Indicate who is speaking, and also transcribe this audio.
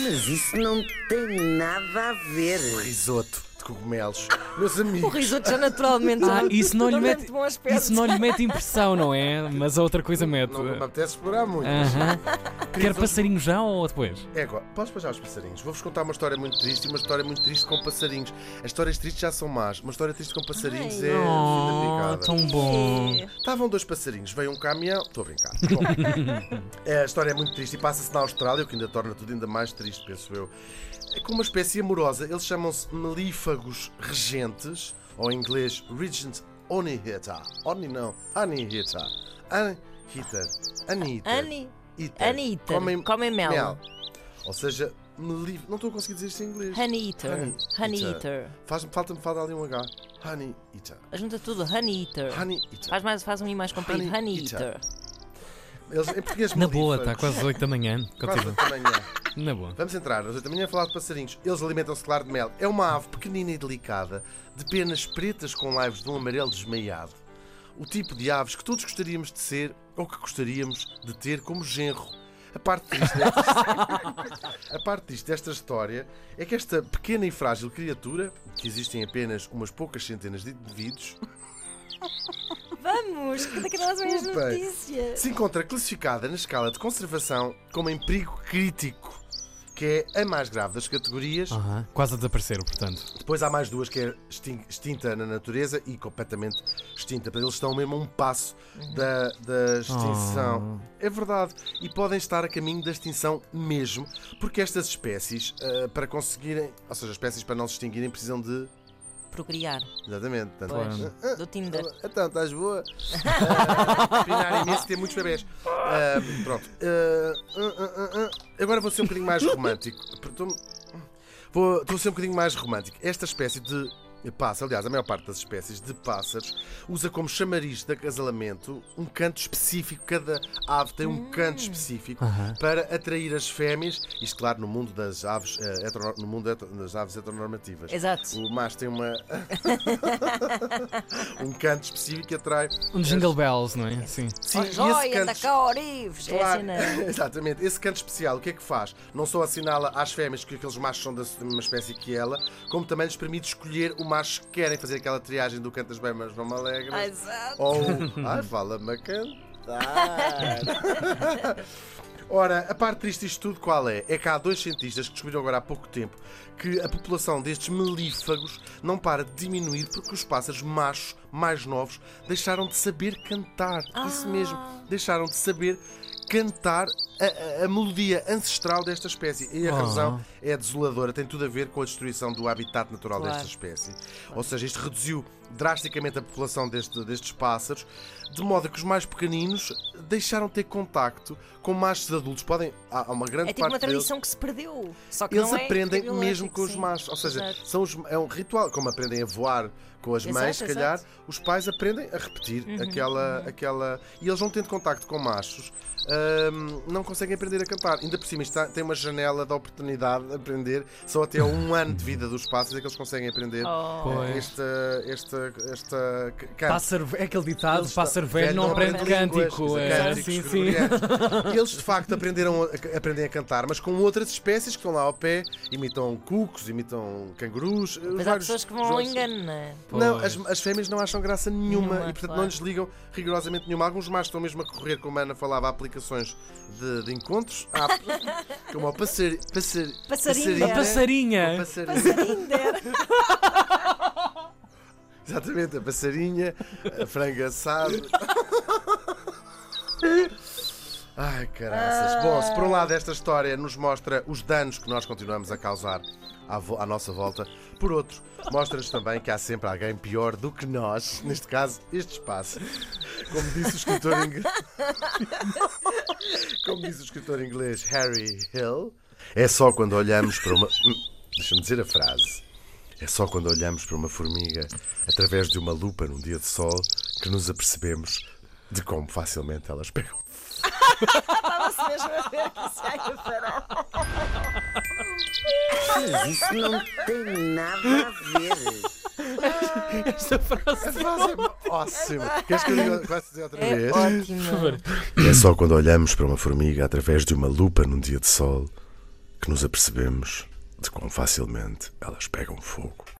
Speaker 1: Mas isso não tem nada a ver.
Speaker 2: Risoto de cogumelos. Meus amigos.
Speaker 3: O risoto já naturalmente.
Speaker 4: Ah,
Speaker 3: já-
Speaker 4: isso não lhe
Speaker 3: dá
Speaker 4: mete,
Speaker 3: muito bom aspecto.
Speaker 4: isso não lhe mete impressão, não é? Mas a outra coisa mete.
Speaker 2: Não me apetece explorar muito.
Speaker 4: Aham. Quer passarinho já ou depois?
Speaker 2: É agora. Posso passar aos passarinhos? Vou-vos contar uma história muito triste e uma história muito triste com passarinhos. As histórias tristes já são más. Uma história triste com passarinhos
Speaker 3: Ai.
Speaker 2: é.
Speaker 4: Oh,
Speaker 2: vida picada.
Speaker 4: tão bom.
Speaker 2: Estavam dois passarinhos, veio um caminhão. Estou a brincar. Bom, a história é muito triste e passa-se na Austrália, o que ainda torna tudo ainda mais triste, penso eu. É com uma espécie amorosa. Eles chamam-se melífagos regentes, ou em inglês Regent Onihita. Oni não, Anihita. Anihita. Anihita.
Speaker 3: Ani-
Speaker 2: Eater.
Speaker 3: Honey eater. Comem mel.
Speaker 2: Ou seja, melif... não estou a conseguir dizer isto em inglês.
Speaker 3: Honey eater.
Speaker 2: Honey
Speaker 3: Honey
Speaker 2: eater.
Speaker 3: eater.
Speaker 2: Faz-me falta-me falta ali um H. Honey eater.
Speaker 3: Junta tudo. Honey eater.
Speaker 2: Honey eater.
Speaker 3: Faz, mais, faz um I mais comprido.
Speaker 2: Honey
Speaker 3: Honey
Speaker 2: eater.
Speaker 3: eater.
Speaker 2: Eles, em português,
Speaker 4: Na boa, está
Speaker 2: melífagos.
Speaker 4: quase às 8 da manhã.
Speaker 2: Quase
Speaker 4: Continua.
Speaker 2: da manhã.
Speaker 4: Na boa.
Speaker 2: Vamos entrar às 8 da manhã a falar de passarinhos. Eles alimentam-se, claro, de mel. É uma ave pequenina e delicada, de penas pretas com laivos de um amarelo desmaiado. O tipo de aves que todos gostaríamos de ser ou que gostaríamos de ter como genro. A parte triste desta, a parte triste desta história é que esta pequena e frágil criatura, que existem apenas umas poucas centenas de indivíduos,
Speaker 3: Vamos, que daqui a nós vem as
Speaker 2: Desculpem.
Speaker 3: notícias.
Speaker 2: se encontra classificada na escala de conservação como em perigo crítico, que é a mais grave das categorias.
Speaker 4: Aham. Quase a desaparecer, portanto.
Speaker 2: Depois há mais duas que é extin- extinta na natureza e completamente extinta. Portanto, Eles estão mesmo a um passo da, da extinção. É verdade. E podem estar a caminho da extinção mesmo, porque estas espécies, ah, para conseguirem, ou seja, as espécies para não se extinguirem, precisam de.
Speaker 3: Procriar.
Speaker 2: Exatamente. Portanto,
Speaker 3: Pois.
Speaker 2: ah, ah,
Speaker 3: Do Tinder.
Speaker 2: então, estás boa? Ah, Pinar imenso e ter muitos bebés. Ah, pronto. Ah, ah, ah, ah, ah. Agora vou ser um bocadinho mais romântico. Estou- Vou, estou a ser um bocadinho mais romântico. Esta espécie de pássaro, aliás, a maior parte das espécies de pássaros, usa como chamariz de acasalamento um canto específico. Cada ave tem um canto específico
Speaker 4: Aham.
Speaker 2: para atrair as fêmeas. Isto, claro, no mundo das aves, eh, heteronor- no mundo heter- das aves heteronormativas.
Speaker 3: Exato.
Speaker 2: O macho tem uma. um canto específico que atrai.
Speaker 4: Um jingle bells, não é? Sim.
Speaker 2: Sim,
Speaker 3: oh,
Speaker 2: e esse
Speaker 3: joia, da
Speaker 2: canto-
Speaker 3: Caorives. É
Speaker 2: Claro.
Speaker 3: assim, não.
Speaker 2: Exatamente. Esse canto especial, o que é que faz? Não só assinala às fêmeas que aqueles machos são da mesma espécie que ela, como também lhes permite escolher o macho que querem fazer aquela triagem do canto das bemas não me alegra.
Speaker 3: Ah, Exato.
Speaker 2: Ou. um- Ai, fala-me a cantar. Ora, a parte triste disto tudo qual é? É que há dois cientistas que descobriram agora há pouco tempo que a população destes melífagos não para de diminuir porque os pássaros machos mais novos deixaram de saber cantar. Isso mesmo, deixaram de saber cantar a, a- a melodia ancestral desta espécie. E a
Speaker 4: Oh.
Speaker 2: razão é desoladora, tem tudo a ver com a destruição do habitat natural
Speaker 3: Claro.
Speaker 2: desta espécie. Ou seja, isto reduziu drasticamente a população deste- destes pássaros, de modo que os mais pequeninos deixaram de ter contacto com machos adultos. Podem, há há uma grande
Speaker 3: É tipo
Speaker 2: parte
Speaker 3: uma
Speaker 2: deles.
Speaker 3: tradição que se perdeu. Só que
Speaker 2: Eles
Speaker 3: não é
Speaker 2: aprendem
Speaker 3: biológico,
Speaker 2: mesmo com os
Speaker 3: sim.
Speaker 2: machos, ou seja,
Speaker 3: Exato.
Speaker 2: são os- é um ritual, como aprendem a voar com as mães, se
Speaker 3: Exato, Uhum,
Speaker 2: calhar, os pais aprendem a repetir aquela, aquela. E eles não tendo contacto com machos, hum, não conseguem aprender a cantar. Ainda por cima, isto tá- tem uma janela de oportunidade de aprender, só até um ano de vida dos pássaros é que eles conseguem aprender
Speaker 3: Oh.
Speaker 4: Pois.
Speaker 2: esta, esta, esta c- canto.
Speaker 4: Pássaro, é aquele ditado:
Speaker 2: Eles
Speaker 4: pássaro
Speaker 2: estão-
Speaker 4: velho não aprende
Speaker 2: línguas,
Speaker 4: cântico. É,
Speaker 2: cânticos,
Speaker 4: sim, sim.
Speaker 2: gregorianos. E eles de facto aprenderam a, aprendem a cantar, mas com outras espécies que estão lá ao pé, imitam cucos, imitam cangurus. os
Speaker 3: Mas há
Speaker 2: vários-
Speaker 3: pessoas que
Speaker 2: os
Speaker 3: vão ao
Speaker 2: vários-
Speaker 3: engano, não é?
Speaker 2: Não,
Speaker 4: Pois.
Speaker 2: as, as fêmeas não acham graça nenhuma
Speaker 3: Nenhuma,
Speaker 2: e portanto não
Speaker 3: claro.
Speaker 2: lhes ligam rigorosamente nenhuma. Alguns mais estão mesmo a correr, como a Ana falava, a aplicações de, de encontros, há, como ao passar, passar,
Speaker 3: Passarinho.
Speaker 4: A passarinha.
Speaker 2: passarinho. Exatamente, a passarinha, a frango assado. Ai, caraças. Bom, se por um lado esta história nos mostra os danos que nós continuamos a causar à, vo- à nossa volta, por outro, mostra-nos também que há sempre alguém pior do que nós, neste caso, este espaço. Como disse o escritor inglês. Como disse o escritor inglês Harry Hill, é só quando olhamos para uma. Deixa-me dizer a frase. É só quando olhamos para uma formiga através de uma lupa num dia de sol que nos apercebemos de como facilmente elas pegam.
Speaker 3: Estava-se mesmo a ver que isso ia farol.
Speaker 1: Mas isso não tem nada a ver.
Speaker 4: Esta frase.
Speaker 2: A frase é ótima. Queres que eu diga quase dizer outra
Speaker 3: É
Speaker 2: vez?
Speaker 3: ótimo.
Speaker 2: É só quando olhamos para uma formiga através de uma lupa num dia de sol que nos apercebemos de quão facilmente elas pegam fogo.